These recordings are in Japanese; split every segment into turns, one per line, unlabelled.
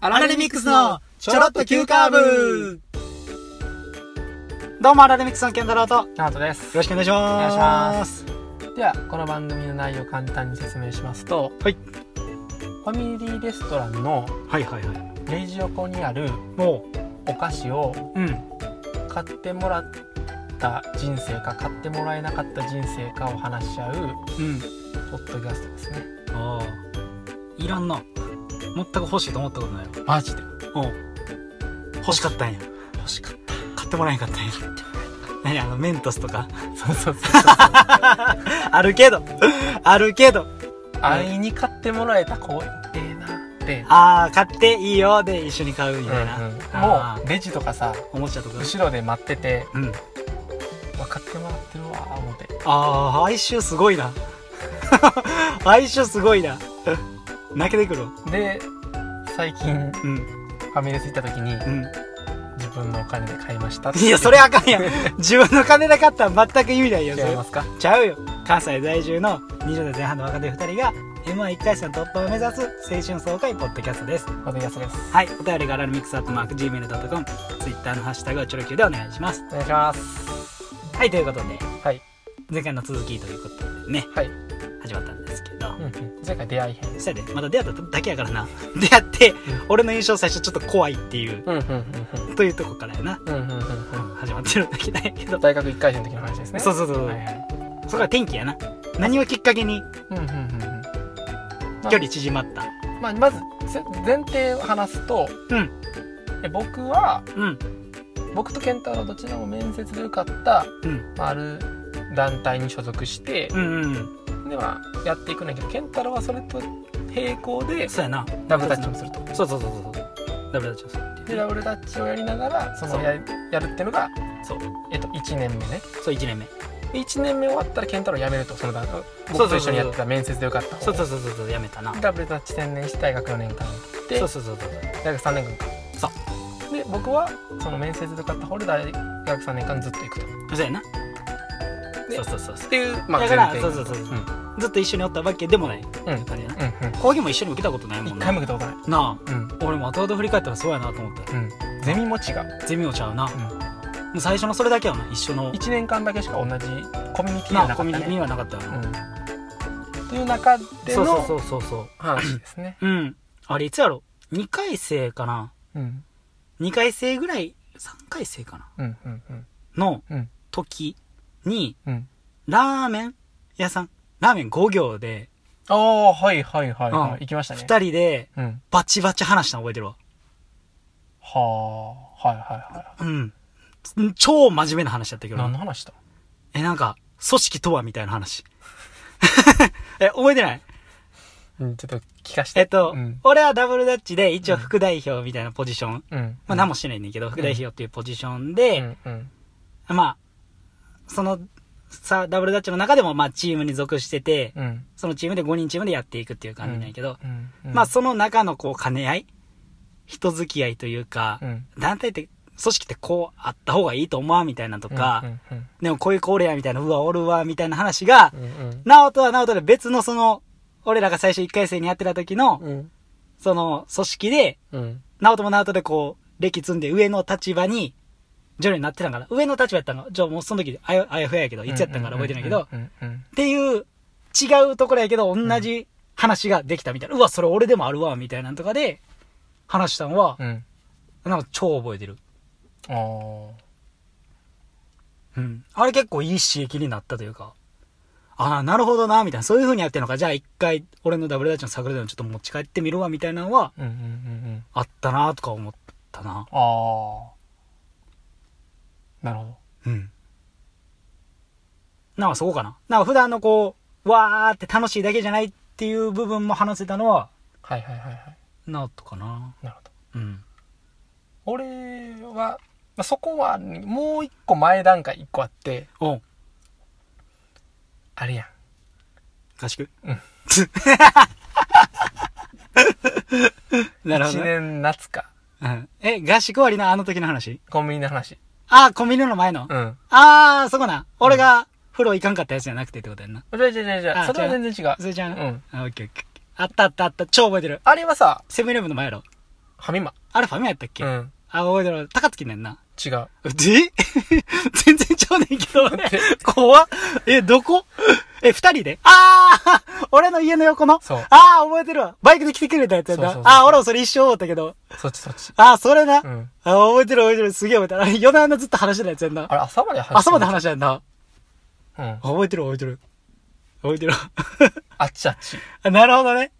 アラレミックスのちょろっと急カーブ
どうもアラレミックスのケンダロウとよ
ナートです
ろしくお願いします
お願いしますではこの番組の内容を簡単に説明しますと、
はい
ファミリーレストランの
はいはいはい
レジ横にある
も
お菓子を
ううん
買ってもらった人生か買ってもらえなかった人生かを話し合う
うん
ポッドキャストですね
ああいらんな全く欲しいと思ったことないわ
マジで
おう欲しかったんや
欲しかっ
買ってもらえんかったんや何あのメントスとか
たそうそうそうそう
あるけどあるけど
安易に買ってもらえた子ええなって
ああ買っていいよで一緒に買うみたいな、あ
も
ー
うレジとかさ
おもちゃとか
後ろで待ってて
うん
分かってもらってるわ思って
ああ哀愁すごいな 哀愁すごいな泣けてくるわ
で最近
うん
ファミレス行った時に
うん
自分のお金で買いましたって
いやそれあかんや ん自分の金なかったら全く意味ないよそ
違い
れ
ますか
ちゃうよ関西在住の20代前半の若手2人が m 1 1回戦突破を目指す青春爽快ポッドキャストです
おでやすです
はいお便りがラルミックスアットマーク Gmail.com ツイッターのハッシュタグはチョロ Q でお願いします
お願いします
はいということで
はい
前回の続きということでね
はい、
始まったんですけど
うんうん、前回出会い編
そやでまだ出会っただけやからな 出会って俺の印象最初ちょっと怖いっていう
うんうんうん
というとこからやな
うんうんうんうん
始まってるんだけなんやけど
大学1回生の時の話ですね
そう
う
そうそうそう、
はいはい
そこは天気やな何をきっかけに
うんうんうんうん
距離縮まった
まあ、まずぜ前提を話すと、
うん
え僕は
うん
僕と健太郎どちらも面接で受かった、
うん
まあ、ある団体に所属して、
うんうん
でまあやっていくんだけど健太郎はそれと並行で
そうやな
ダブルタッチもすると
そうそうそうそうダブルダッチをするって
で
いうね
ダブルタッチをやりながらそ
そう
のややるっていうのが、
そう
えっと、1年目ね
そう1年目
で1年目終わったら健太郎辞めるとその団
そうそう
僕と一緒にやってた面接で受かった方
そうそうそうそうそうやめたな
ダブルタッチ専念して大学4年間で
そうそうそうそう
大学3年間か
そ
で僕はその面接で受かった方で大学3年間ずっと行くとっ
そうやな
で
そうそうそうそう
ていうまあ
だから
前提
そうそうそうそうんずっと一緒におったわけでもない
うん
やっぱりな
うん
講義も一緒に受けたことない
うん
も
一
ん
回
な
も受けたことない
な
うん
あ俺も後々振り返ったらそうやなと思って
うんゼミも違う
ゼミもちゃうな、
ん
もう最初のそれだけはな一緒の
1年間だけしか同じコミュニティは
な
な
コ
かっ
ミュニテ
た
ィ
ね
にはなかったよ
う
な、
んという中で
そうそうそ
の
うそうそう
話ですね
うん。あれ、いつやろ ?2 回生かな
うん
?2 回生ぐらい、3回生かな
うんうんうん
の
うん
時に、
うん
ラーメン屋さん、ラーメン5行で、
ああはいはいはいはい、
うん
行きましたね
2人で
うん
バチバチ話したの覚えてるわ。
はあはいはいは
うん。超真面目な話だったけ
い
ど
何
な。
の話だ
え、なんか、組織とはみたいな話。 え、覚えてない
うんちょっと聞かし
えっと、
うん
俺はダブルダッチで一応副代表みたいなポジション。
うん
まあ何もしてないねんだけど、副代表っていうポジションで、
うんうん
まあ、その、さ、ダブルダッチの中でも、まあ、チームに属してて、
うん
そのチームで5人チームでやっていくっていう感じなんやけど、
うんうん
まあ、その中のこう、兼ね合い人付き合いというか、
うん
団体って、組織ってこうあった方がいいと思わんみたいなとか、
うんうん
でもこういうこれやみたいな、うわ、おるわ、みたいな話が
う、ん
なおとはなおとで別のその、俺らが最初1回生にやってた時の、
うん
その、組織で、
うん
なおともなおとでこう、歴積んで上の立場に、徐々になってたんかな。上の立場やったの。じゃあもうその時あや、あやふややけど、いつやったんから覚えてないけど、っ
うんうん
ていう、違うところやけど、同じ話ができたみたいな。うわ、それ俺でもあるわ、みたいなんとかで、話したのは
う、んうん
なんか超覚えてる。
あー
うん。あれ結構いい刺激になったというか、ああ、なるほどな、みたいな。そういう風にやってるのか。じゃあ一回、俺のダブルダッチの桜でもちょっと持ち帰ってみるわ、みたいなのは、
うんうんうんうん
あったな、とか思ったな。
ああなるほど
うん。なんかそこかな。なんか普段のこう、わーって楽しいだけじゃないっていう部分も話せたのは、
はいはいはいはい
なとかな。
なるほど
うん。
俺は、まあ、そこはもう一個前段階一個あって
おう
あれやん
合宿
うん。
なるほど
1
ね、
年夏か
うん。え、合宿終わりのあの時の話
コンビニの話
あー、コンビニの前の。
うん
あー、そこな。俺が風呂行かんかったやつじゃなくてってことやんな。
じゃあじゃあじゃあじゃあ
あ
それは全然違う
それじゃん。
うん
あ、オッケーオッケーオッケー。あったあったあった。超覚えてる。
あれはさ
セブンイレブンの前やろ。
ファミマ。
あれファミマやったっけ、
うん。
あ、覚えてる。高槻なんやな。
違う。
え 全然ちゃうねんけど、ね、怖っ。え、どこえ、二人でああ 俺の家の横の
そう
ああ覚えてるわ。バイクで来てくれたやつや
そう
な。
そうそう
ああ俺もそれ一生思ったけど。
そっちそっち。
ああそれな。
うん。
あー覚えてる覚えてる。すげえ覚えてるあれ。夜な夜なずっと話してたやつやんな
あ。れ、朝まで話して
朝まで話してたやんな。
た。うん。
覚えてる覚えてる。覚えてる。
あっちあっち。
あなるほどね。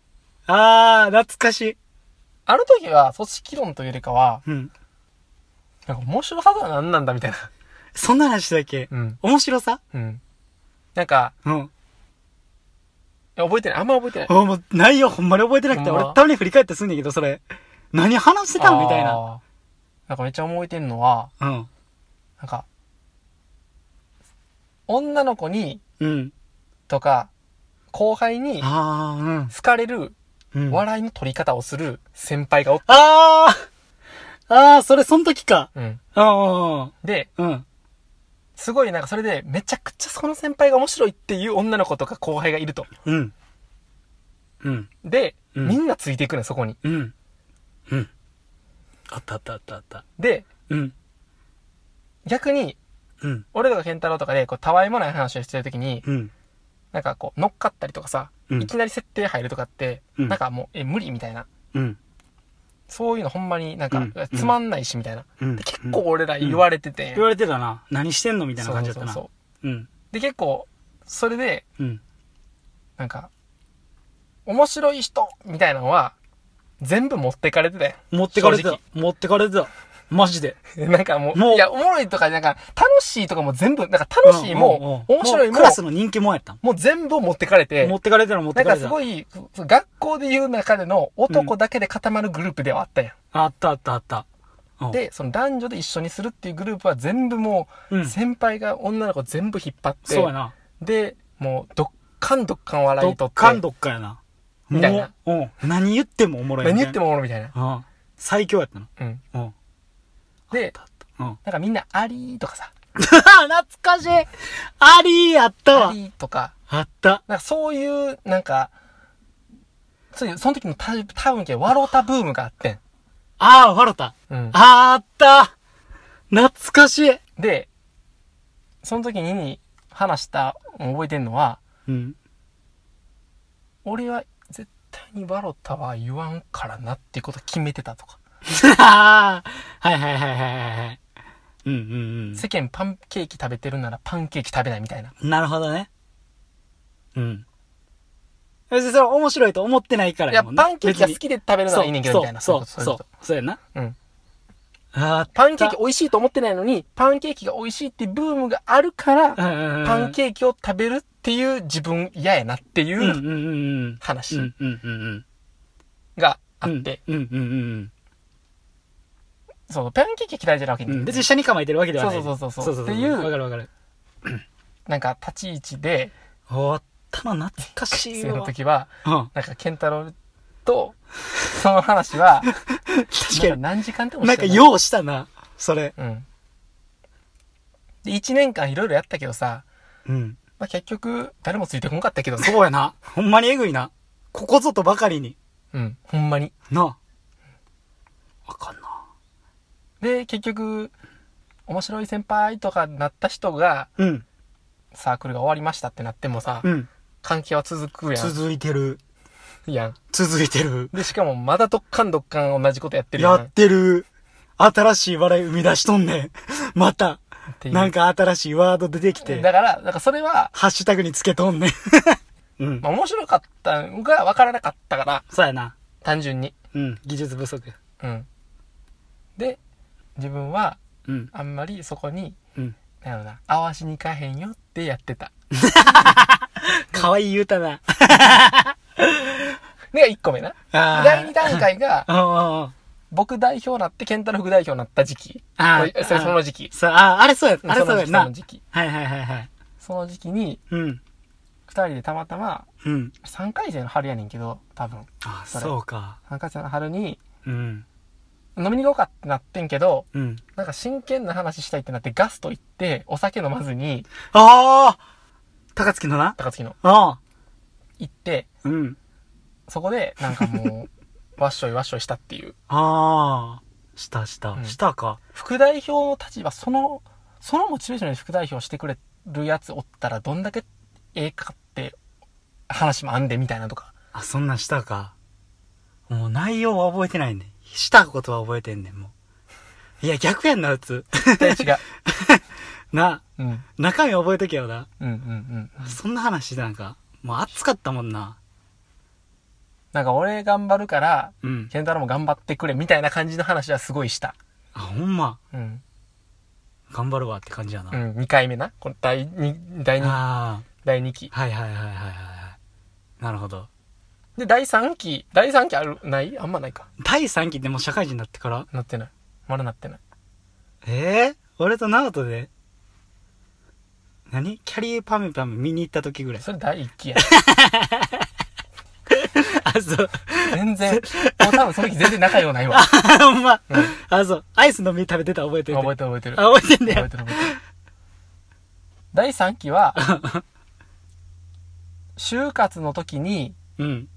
ああ懐かしい。
あの時は、組織論というよりかは、
うん。
なんか面白さとは何なんだみたいな。
そんな話してたっけ、
うん。
面白さ
うん。なんか、
うん。
いや覚えてない。あんま覚 えてない。
あもう内容ほんまに覚えてなくて、
ほんま
俺たまに振り返ってすんねんけど、それ。何話してたんみたいな。
あー。なんかめっちゃ覚えてるのは、
うん。
なんか、女の子に、
うん。
とか、後輩に好
あ
かれる
あ、うん。うん。あ
笑いの取り方をする先輩がおっ、
あーああ、それその時か。
うん。
うんうん
で、
うん。うん。
すごいなんかそれでめちゃくちゃその先輩が面白いっていう女の子とか後輩がいると。
うん。うん。
で、
うん
みんなついていくねんそこに。
うん。うん。あったあったあったあった。
で、
うん。
逆に、
うん。
俺とか健太郎とかで、こう、たわいもない話をしてるときに、
うん。
なんかこう、乗っかったりとかさ、
うん
いきなり設定入るとかって、
うん
なんかもう、え、無理みたいな。
うん。
そういうのほんまになんか、
うん
つまんないしみたいな。
うん
で結構俺ら言われてて、
言われてたな。何してんのみたいな感じだったな。
そうそうそう
うん。
で、結構、それで、
うん。
なんか、面白い人みたいなのは、全部持ってかれてた よ。
持ってかれて
正
た。持ってかれてた。マジで。
なんかもう、
もう
いや、おもろいとか、なんか、楽しいとかも全部、なんか楽しいも、
うんうんうん
面白いも
ク、ラスの人気もんやったん。
もう全部持ってかれて、
持ってかれてたら持って
なん
か
か
れて
す
た。
ごい、そ学校でいう中での男だけで固まるグループではあったやん。
あったあったあった。うん、
で、その男女で一緒にするっていうグループは全部もう、
うん
先輩が女の子全部引っ張って、
そうやな。
で、もう、どっかんどっかん笑
ど
いとっ、
ってかんどっかやな。
みたいな
もう、うん。何言ってもおもろいみたい
何
な。
言ってもおもろいみたいな。
も。うん。最強やったな。
うん。
うん。
で、
うん。
なんかみんな、ありーとかさ、
懐かしいありーあった
あ
わ
りーとか、
あった。
なんかそういう、なんか、そういう、その時のた多分けど、ワロタブームがあってん。
ああ、笑った。
うん。
あーった懐かしい
で、その時に話した、覚えてんのは、
うん。
俺は絶対にワロタは言わんからなっていうこと決めてたとか、
あーはいはいはいはいはいはい。うんうん
世間パンケーキ食べてるならパンケーキ食べないみたいな。
うん。なるほどね。うん。別にそれ面白いと思ってないから
いや、
もんな
パンケーキが好
別に
きで食べるならいいねんけど、みたいな。
そう、
そ
そうう、そ
そうい
う
こ
う、そうやな。
と。うん。
あ
パンケーキ美味しいと思ってないのに、パンケーキが美味しいってブームがあるから、
うんうんうん。
パンケーキを食べるっていう自分嫌やなってい
うん
う
うんうんうん。う
話
んうんうんうん。
があって、
うんうんうん
そう、パンケーキ嫌いじゃないわけ
うんうん。
に、
別に下に構えてるわけではない。
そうそうそうそう
って
って
い。
いうう
わかるわかる。
なんか立ち位置で、
おったな、懐かしい
生の
わ。
時は、
うん。
なんか健太郎と、その 話は、
確
な
か
んか何時間でも
に。なんか、
よ、
用したな、それ。
うん。で、1年間いろいろやったけどさ、
うん。
まあ、結局、誰もついてこんかったけどね。
そうやな。ほんまにえぐいな。ここぞとばかりに。
うん、ほんまに。
なあ。わかんな。
で、結局、面白い先輩とかなった人が、
うん。
サークルが終わりましたってなってもさ、
うん。
関係は続くや
続いてる。
ん。やん。
続いてる。
で、しかもまだどっかんどっかん同じことやってるや
や
ん。
ってる。新しい笑い生み出しとんねん。 また。
っていう
なんか新しいワード出てきて
だ。から、なんかそれは、
ハッシュタグにつけとんねん。 うん。
まあ面白かったのが分からなかったから、
そうやな。
単純に。
うん。技術不足。
うん。で、自分は、
うん。
あんまりそこに、
うん。
なんやろな、合わしに行かへんよってやってた。
かわいい言うた な。
で、1個目な。
あー
第2段階が、
ああ、あ
僕代表なって、健太郎副代表になった時期。
あー
おいそれ
あー
その時期。
そう、ああ、あれそうや、あれ
そ
そう
の
や
時
んな。
期そ
は
の
い
時期。
はいはいはい。
その時期に、
うん。
2人でたまたま、
うん。
3回生の春やねんけど、多分。
あ、
それ
そうか。
3回生の春に、
うん。
飲みに行こうかってなってんけど、
うん。
なんか真剣な話したいってなってガスト行って、お酒飲まずに、
ああ高槻のな。
高槻の
ああ。
行って、
うん。
そこで、なんかもう、わっしょいわっしょいしたっていう。
ああ、したした、
うん
したか。
副代表の立場、その、そのモチベーションで副代表してくれるやつおったらどんだけええかって話もあんでみたいなとか。
あ、そんなんしたか。もう内容は覚えてないねん。したことは覚えてんねん、もう。いや、逆やんな、普通。
絶対違う。
な、
うん。うん
中身覚えとけよな。
うんうん。
そんな話してなんか、もう熱かったもんな。
なんか俺頑張るから、
うん。
ケンタロウも頑張ってくれみたいな感じの話はすごいした。
あ、ほんま、
うん。
頑張るわって感じやな。
う
あ
ん、2回目な。この第2、第2、
あ
第二期
ー、。はいはいはいはいはいはい。なるほど。
で、第3期、第3期ある、ないあんまないか。
第3期ってもう社会人になってから
なってない。まだなってない。
ええ俺とナオトで何キャリーパムパム見に行った時ぐら い。
それ第1期や。
あ、そう。
全然、もう多分その時全然仲良くないわ。
あ、 ほんま。
うん
あ、そう。アイスの実食べてた覚えてる。
覚えてる覚えてる。
あ、覚えてんだ
覚
よ
え。てる覚えてる第3期は、就活の時に、
うん。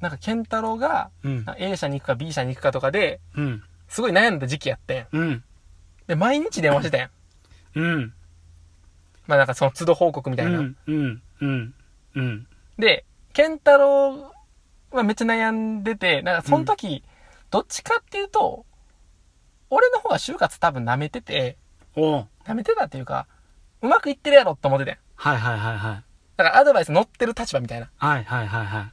なんか健太郎が、
うん。
A 社に行くか B 社に行くかとかで、
うん。
すごい悩んだ時期やってん。
うん。
で、毎日電話してたやん。
うん。
まあなんかその都度報告みた
う
いな。
ん。うん。うん。うん。
で、健太郎はめっちゃ悩んでて、なんかその時、どっちかっていうと、俺の方が就活多分舐めてて、
おう
舐めてたっていうか、うまくいってるやろって思ってたやん。
はいはいはいはい。
だからアドバイス乗ってる立場みたいな。
はいはいはいはい。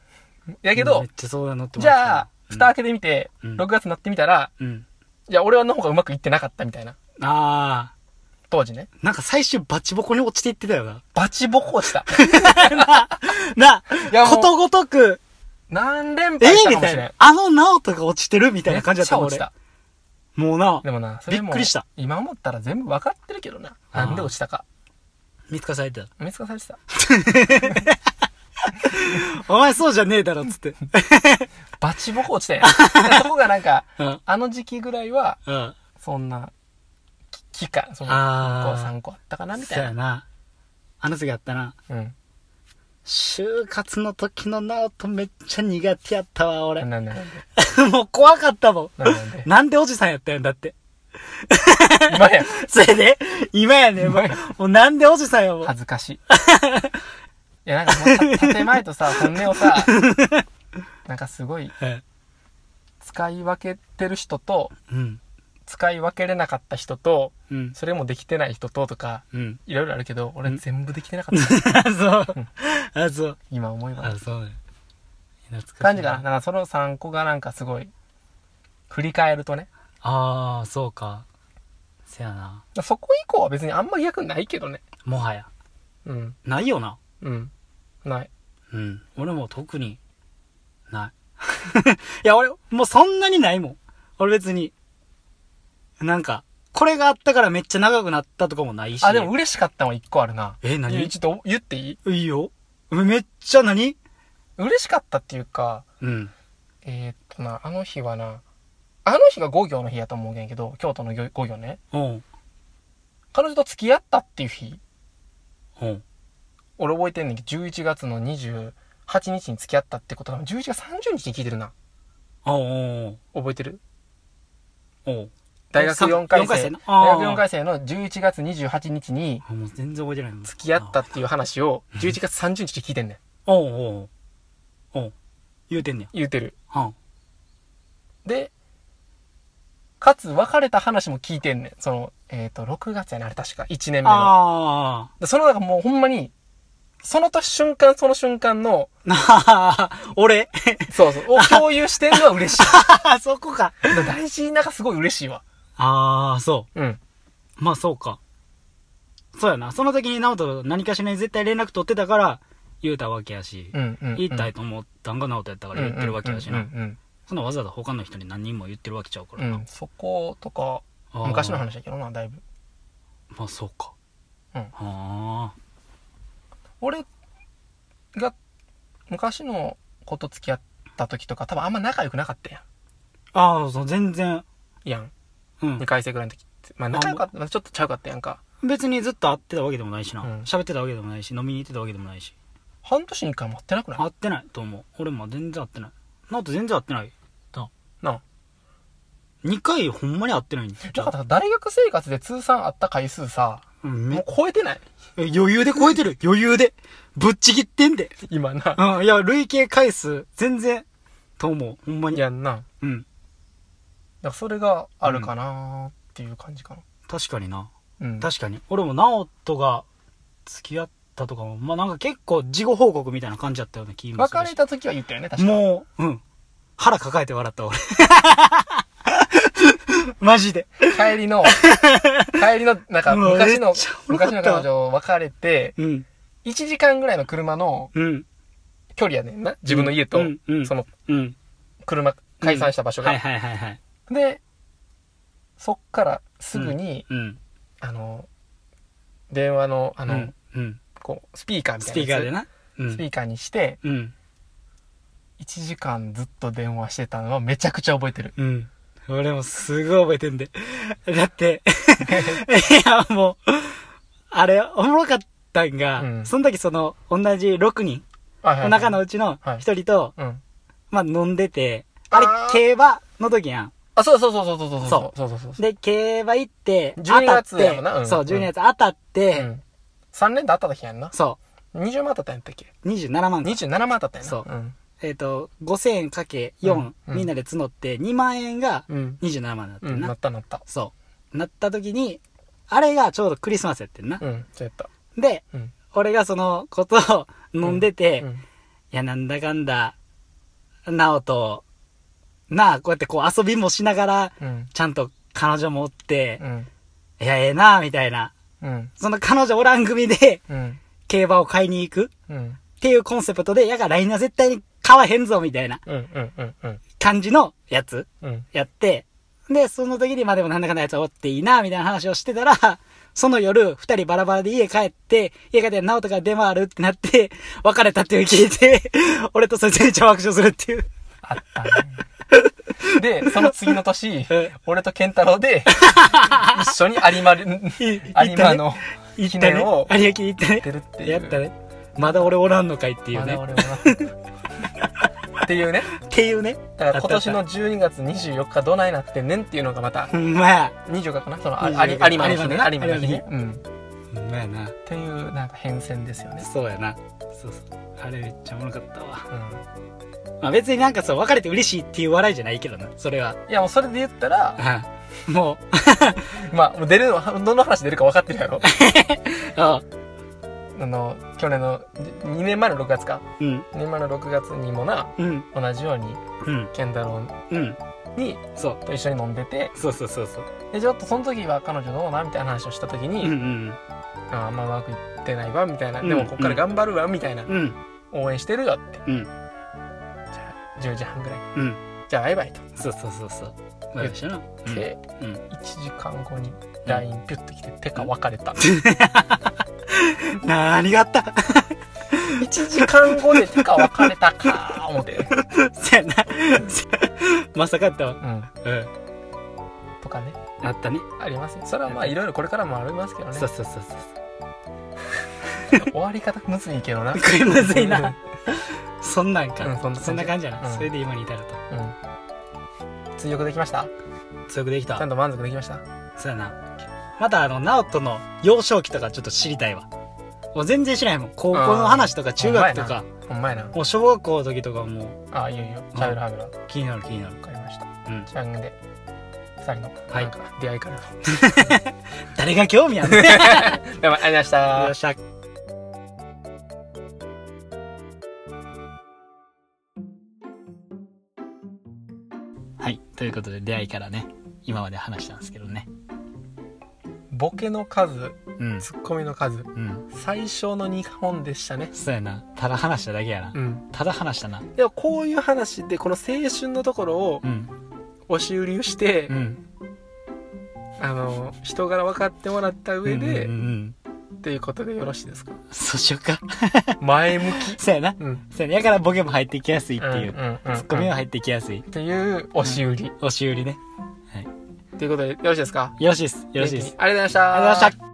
やけ
め
ど
っ、ちゃそうだのって
じゃあ、蓋開
ク。
けてみて、
うん
6月になってみたら、
うん。
いや、俺の方がうまくいってなかったみたいな。
あ
当時ね。
ー。なんか最終バチボコに落ちていってたよな。
バチボコ した。
な、
いやも
こ
う
とごとく、
何連
え
敗し
え
た
み
かも
た
し
い
れん
な。。あのナオトが落ちてるみたいな感じだった
め
も
っ
ん
ちゃ落ち
俺
た。。
もうな、
でもな、それも
びっくりした
今思ったら全部分かってるけどな。
あー
なんで落ちたか。
見つかされた。
見つかされてた。
お前そうじゃねえだろ、つって。
バチボコ落ちたや ん。そこがなんか、
うん。
あの時期ぐらいは、
うん。
そんな、き期間、その、1個
あー
3個あったかなみ
そう
た
や
い
な。あの時あったな。
な。うん。
就活の時のナオトめっちゃ苦手やったわ、俺。
なんでなんで
もう怖かったもん。
なんでなんで
なんでおじさんやったんやだって。
今や、
それで、今やねん、もう
今や。
もうなんでおじさんやもん。
恥ず かしい。いや、なんかもうた、建前とさ、本音をさ、 なんかすごい、
うん
使い分けてる人と、
うん。
使い分けれなかった人と、
うん。
それもできてない人ととか、
うん。
いろいろあるけど、俺全部できてなかっ た。
あ、そう。あ、そう。
今思えば。
あ、そうね。懐かしい
感じかな。なんかその3個がなんかすごい、振り返るとね。
ああ、そうか。せやな。
そこ以降は別にあんまり役ないけどね。
もはや。
うん。
ないよな。
うん。ない。
うん。俺も特に、ない。 いや、俺、もうそんなにないもん。俺別に、なんか、これがあったからめっちゃ長くなったとかもないし。
あ、でも、嬉しかったのは1個あるな。
え、何
いやちょっと言っていい
いいよ。めっちゃ何
嬉しかったっていうか、
うん。
えーっとな、あの日はな、あの日が五行の日やと思うけんけど、京都の五行ね。
うん。
彼女と付き合ったっていう日、
うん。
俺覚えてんねんけど、11月の28日に付き合ったってことが、11月30日に聞いてるな。
おうん。
覚えてる
おうん。
大学4回
四回生
生。大
なあー
学4回生の11月28日に、
あ、もう全然覚えてないもん。
付き合ったっていう話を11月30日に聞いてんねん。
おうおうおう言うてんね
言うてる。
や。うん。
で、かつ別れた話も聞いてんねん。その、えっ、と、6月やね、あれ確か。1年目の。
あ
でその中もうほんまに、その年瞬間その瞬間の、
あ。なあ、 俺。
そうそう、を共有してんのは嬉 しい。
あ、そこか。
大事なんかすごい嬉しいわ。
ああ、そ
うん。
う。まあそうか。そうやな。その時に直人何かしらに絶対連絡取ってたから、言うたわけやし、
うんうん、うん。
言いたいと思ったんが直人やったから言ってるわけやし
う
な。
ん
そんなわざわざ他の人に何人も言ってるわけちゃうか
うんう
ら
ん、う
な。
ん。そことか、
あー
昔の。話だけどな、だいぶ。
まあそうか。
うん
あ
俺が昔の子と付き合った時とか多分あんま仲良くなかったや
あ。ああ、そう、全然。
ん。やん。
うん
2。回生ぐらいの時って。まあ仲良かった、まあちょっとちゃうかったやんか。
別にずっと会ってたわけでもないしな
うん。
喋、ってたわけでもないし、飲みに行ってたわけでもないし。
半年に一回も会ってなくない
会ってないと思う。俺も全然会ってない。直人全然会ってない。だ
な
2回ほんまに会ってないんだ
あ。だから大学生活で通算あった回数さ、
うん
もう
め
超えてない
余裕で超えてる。余裕で。ぶっちぎってんで。
今な。
うん。いや、累計回数、全然、と思う。ほんまに。
やんな。だか
うん。
らそれがあるかなーっていう感じか
確かにな。
な。うん。
確かに。俺も、直人が付き合ったとかも、まあ、なんか結構、事後報告みたいな感じだったような気もす
別
る
れ
し。
た時は言ったよね、確かに。
もう、うん。腹抱えて笑った、 俺。マジで。
帰 りの、帰りの、なんか
うわ
昔
め
の
っちゃ、おもろかっ
昔
た
の彼女別れて、
うん。
1時間ぐらいの車の
うん。
距離やねんな。自分の家と
うんうんう、ん
その
うん。
車、解散した場所
はい
が。
はいはいはい。
で、そっからすぐに、
うん。
あの、電話の、あ
あ
の、、
うん。
こう、スピーカーみた
ス
い
ピ
な
ーカ
やつ。
ーでな。う
スピ
ん。
ーカーにして、
うん。
1時間ずっと電話してたのはめちゃくちゃ覚えてる。
うん。俺もすごい覚えてんで。だ って、いや、もう、あれ、おもろかったんが、
うん
その時その、同じ6人、
はいはい
の中のうちの
はい
一人と、
うん。
まあ飲んでて、
あ
あ
ー
れ、競馬の時やん。
あ、そうそうそうそうそうそう。
そう
そうそうそうそう。
で、競馬行って、当
12
たっ
月や
て
もんなうん、
そう、
うん
12月当たっ
う
て、
ん。3連打あった時やんな。
そ
20万当たったんやったっけ
う、27万か
?27 万当たったんやな。
そう
うん。
えっと、5000円かけ4、
うん
みんなで募って、2万円が
うん。
27万だった
うん、
な。
なったなった。
そう。なった時に、あれがちょうどクリスマスやってんな。
うん、そうやった。
で、
うん。
俺がそのことを飲んでて、
う
い
ん。
や、なんだかんだ、なおと、なあ、こうやってこう遊びもしながら、
うん。
ちゃんと彼女もおって
う、ん。
いや、ええなあ、みたいな。
うん。
その彼女おらん組で、
うん。
競馬を買いに行く
うん。
っていうコンセプトで、やが来年は絶対に買わへんぞ、みたいな
うん。うん。うん。うん。
感じのやつ。
うん。
やって、で、その時に、まあでもなんだかんだやつはおっていいな、みたいな話をしてたら、 その夜、二人バラバラで家帰って、家帰って、直人が出回るってなって、 別れたっていう聞いて、 俺とそいつめっちゃ爆笑するっていう。
あったね。で、その次の年
うん、
俺と健太郎で、一緒に有馬で、
い
有馬の
行った
記
ね。
念を
有明行った
出
ね。
るっていう。
やったね。まだ俺おらんのかいっていう
ま
ね
だ。俺もなっていうね。
っていうね。
だから今年の12月24日どないなってんねんっていうのがまた、
ほんまや。
24日かなその、あ
24
あり有馬の日
有
ね。有馬
馬
の
の
日
日
に。
ね
うん。
ほんまやな。
っていう、なんか変遷ですよね。
そうやな。そうそう。あれめっちゃおもろかったわ。
うん。
まあ別になんかそう、別れて嬉しいっていう笑いじゃないけどな。それは。
いや、もうそれで言ったら、
うんもう、
まあ、もう出るの、どの話出るか分かってるやろ。
あ
あの、去年の、2年前の6月か。
うん、
2年前の6月にもな、
うん、
同じように、
うん、
健太郎
うん。
に、
そう。
と一緒に飲んでて、
そうそうそうそう。
で、ちょっとその時は彼女どうなみたいな話をした時に、
ん
ああんまうまくいってないわ、みたいな。
うん
でも、こっから頑張るわ、みたいな。
うん。うん
応援してるよって。
うん
じゃあ、10時半ぐらい。
うん。
じゃあ、バイバイと。
そうそうそうそう。まあ、一緒な。
で、
うん。
1時間後に LINE ピュッと来て、てか別れた。
何があった
1時間後でてか別れたかー思って。
そやな。まさかやったわ。
うん。
うん。
とかね。
あったね。
ありますよそれはまあいろいろこれからもありますけどね
そうそうそうそう。
終わり方むずいけどな
これむずいな。そんなんか。
うんそんな感じ
そんな感じやな。
うん
それで今に至ると。
うん追憶できました
強くでき
ちゃ
た
ん。と満足できました
そうやな。またあの、ナオトの幼少期とかちょっと知りたいわ。もう全然知らないもん。高校の話とか中学とか、
ほんまやな
もう小学校の時とかも
あいいよいいよしゃべるはべるわ
う気になる気になる。
分かりました
うん。
じゃあんで二人の
はい
なんか出会いからの
誰が興味あんねん。よ
でもありがとうございました
っしゃ。はい。ということで、出会いからね、今まで話したんですけどね。
ボケの数
うん。
ツッコミの数
うん。
最小の日本でしたね
そうやな。ただ話しただけやな。
うん
ただ話したな。
でもこういう話でこの青春のところを
うん。
押し売りをして、
うん。
あの人柄分かってもらった上で、
うんうんうん
っていうことでよろしいですか
うん。そうしようか。
前向き
そうやな。
うん
そうやな。やからボケも入ってきやすいって
ん
い
ん
う。
んうん
ツッコミも入ってきやすい
っ。ていう押し売り、
押し売りね。
ということでよろしいですか
よろしいです。よろしいです。
ありがとうございました
ありがとうございました。